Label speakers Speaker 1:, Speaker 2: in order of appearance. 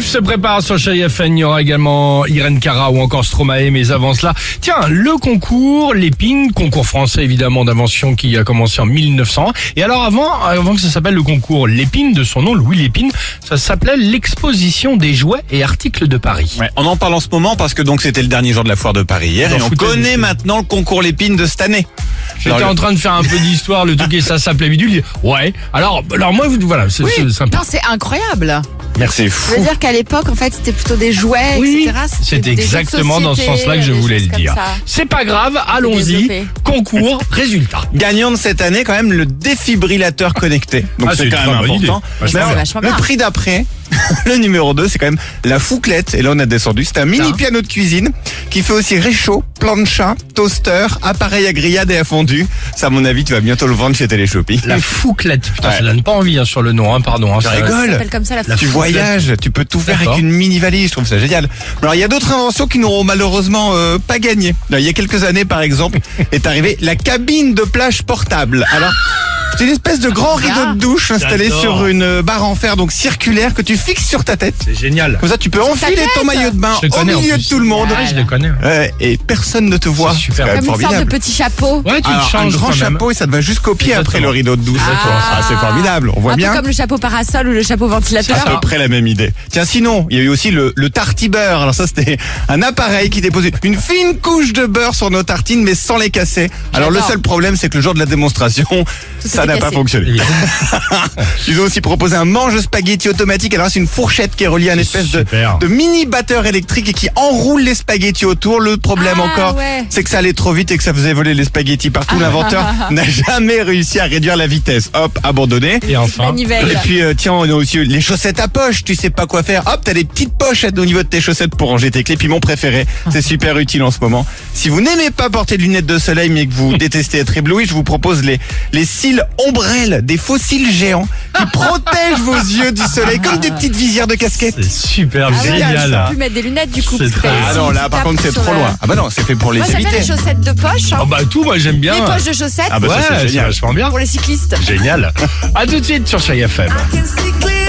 Speaker 1: se prépare sur Chérie FN. Il y aura également Irène Cara ou encore Stromae. Mais avant cela, tiens, le concours, l'épine, concours français évidemment d'invention qui a commencé en 1901. Et alors avant, avant que ça s'appelle le concours l'épine, de son nom Louis Lépine, ça s'appelait l'exposition des jouets et articles de Paris.
Speaker 2: Ouais, on en parle en ce moment parce que donc c'était le dernier jour de la foire de Paris hier
Speaker 1: Vous en
Speaker 2: et on
Speaker 1: foutez,
Speaker 2: connaît
Speaker 1: monsieur.
Speaker 2: maintenant le concours l'épine de cette année.
Speaker 1: J'étais
Speaker 2: Alors,
Speaker 1: en train de faire un peu d'histoire, le truc et ça s'appelait bidule. Ouais. Alors, alors moi, vous- voilà, c'est c'est sympa.
Speaker 3: Non, c'est incroyable.
Speaker 2: Merci.
Speaker 3: Je veux dire qu'à l'époque, en fait, c'était plutôt des jouets,
Speaker 1: Oui,
Speaker 3: etc. C'était
Speaker 1: c'est
Speaker 3: des jeux de
Speaker 1: exactement dans ce
Speaker 3: société,
Speaker 1: sens-là que je
Speaker 3: des
Speaker 1: voulais
Speaker 3: choses
Speaker 1: le
Speaker 3: comme
Speaker 1: dire.
Speaker 3: ça.
Speaker 1: C'est pas grave, allons-y.
Speaker 3: développer.
Speaker 1: Concours, résultat.
Speaker 2: Gagnant de cette année quand même le défibrillateur connecté. Donc
Speaker 1: Ah, c'est
Speaker 2: c'est quand
Speaker 1: une
Speaker 2: même
Speaker 1: bonne idée.
Speaker 2: important.
Speaker 1: Vachement
Speaker 2: Mais alors,
Speaker 3: bien. Vachement
Speaker 2: le
Speaker 3: bien.
Speaker 2: prix d'après, le numéro 2, c'est quand même la fouclette. Et là on a descendu. C'est un mini
Speaker 1: Tiens.
Speaker 2: piano de cuisine qui fait aussi réchaud, plancha, toaster, appareil à grillade et à fondue. Ça à mon avis tu vas bientôt le vendre chez Téléshopping.
Speaker 1: La fouclette. Putain,
Speaker 2: Ouais.
Speaker 1: ça donne pas envie hein, sur le nom, hein, pardon. hein,
Speaker 2: Je
Speaker 1: ça-
Speaker 2: rigole.
Speaker 3: Ça s'appelle comme ça la
Speaker 2: tu
Speaker 3: fouclette.
Speaker 2: voyages, tu peux tout faire avec
Speaker 1: D'accord.
Speaker 2: une mini valise, je trouve ça génial. Alors il y a d'autres inventions qui n'auront malheureusement euh, pas gagné. Là, il y a quelques années par exemple, est arrivée la cabine de plage portable. Alors c'est une espèce de grand rideau de douche installé
Speaker 1: Ah, J'adore.
Speaker 2: sur une euh, barre en fer donc circulaire que tu fixes sur ta tête.
Speaker 1: C'est génial.
Speaker 2: Comme ça tu peux enfiler ton maillot de bain
Speaker 1: Je le
Speaker 2: au
Speaker 1: connais, en
Speaker 2: milieu de
Speaker 1: plus.
Speaker 2: tout le monde
Speaker 1: Ouais, je le connais.
Speaker 2: Ouais, et personne ne te voit.
Speaker 1: C'est super.
Speaker 2: quand même
Speaker 3: Comme une sorte
Speaker 2: formidable.
Speaker 3: de petit chapeau.
Speaker 1: Ouais, tu
Speaker 2: Alors,
Speaker 1: te
Speaker 2: un
Speaker 1: changes
Speaker 2: grand
Speaker 1: quand même.
Speaker 2: chapeau et ça te va jusqu'aux pieds après
Speaker 1: Exactement.
Speaker 2: le rideau de douche. Ah, c'est formidable, on voit
Speaker 3: un
Speaker 2: bien.
Speaker 3: peu comme le chapeau parasol ou le chapeau ventilateur.
Speaker 2: à peu près la même idée. Tiens, sinon, il y a eu aussi le, le tartibeur. Alors ça, c'était un appareil qui déposait une fine couche de beurre sur nos tartines, mais sans les casser. Alors le
Speaker 3: J'adore.
Speaker 2: seul problème, c'est que le jour de la démonstration, ça
Speaker 3: était
Speaker 2: n'a pas
Speaker 3: cassé.
Speaker 2: fonctionné.
Speaker 1: Évidemment.
Speaker 2: Ils ont aussi proposé un mange spaghetti automatique. Alors c'est une fourchette qui est reliée à une
Speaker 1: C'est
Speaker 2: espèce de,
Speaker 1: super.
Speaker 2: de mini batteur électrique et qui enroule les spaghettis autour. Le problème
Speaker 3: Ah,
Speaker 2: encore,
Speaker 3: ouais. Ah.
Speaker 2: c'est que ça allait trop vite et que ça faisait voler les spaghettis partout. L'inventeur n'a jamais réussi à réduire la vitesse. Hop, abandonné.
Speaker 1: Et enfin.
Speaker 3: Manivelle.
Speaker 2: Et puis euh, tiens, on a aussi les chaussettes à poche, tu sais pas quoi faire. Hop, t'as des petites poches à- au niveau de tes chaussettes pour ranger tes clés. Puis mon préféré,
Speaker 3: Ah.
Speaker 2: c'est super utile en ce moment. Si vous n'aimez pas porter de lunettes de soleil mais que vous détestez être ébloui, je vous propose les les cils ombrelles, des faux cils géants qui protègent vos yeux du soleil comme des petites visières de casquette.
Speaker 1: C'est super,
Speaker 3: Ah ouais,
Speaker 1: génial.
Speaker 3: Je peux plus mettre des lunettes du coup.
Speaker 1: C'est
Speaker 3: parce que
Speaker 1: très-
Speaker 3: si
Speaker 2: Ah non,
Speaker 3: tu
Speaker 2: là par
Speaker 3: tapes
Speaker 2: contre c'est
Speaker 3: sur
Speaker 2: trop
Speaker 3: la-
Speaker 2: loin. Ah bah non, c'est fait pour les
Speaker 3: Moi j'appelle
Speaker 2: éviter.
Speaker 3: les chaussettes de poche. hein.
Speaker 1: Oh bah tout, moi j'aime bien.
Speaker 3: Les poches de chaussettes
Speaker 2: Ah bah ça, c'est
Speaker 1: ouais, c'est
Speaker 2: génial.
Speaker 1: vachement bien.
Speaker 3: pour les cyclistes.
Speaker 1: Génial. À tout de suite sur Chérie FM.
Speaker 4: I can see clear.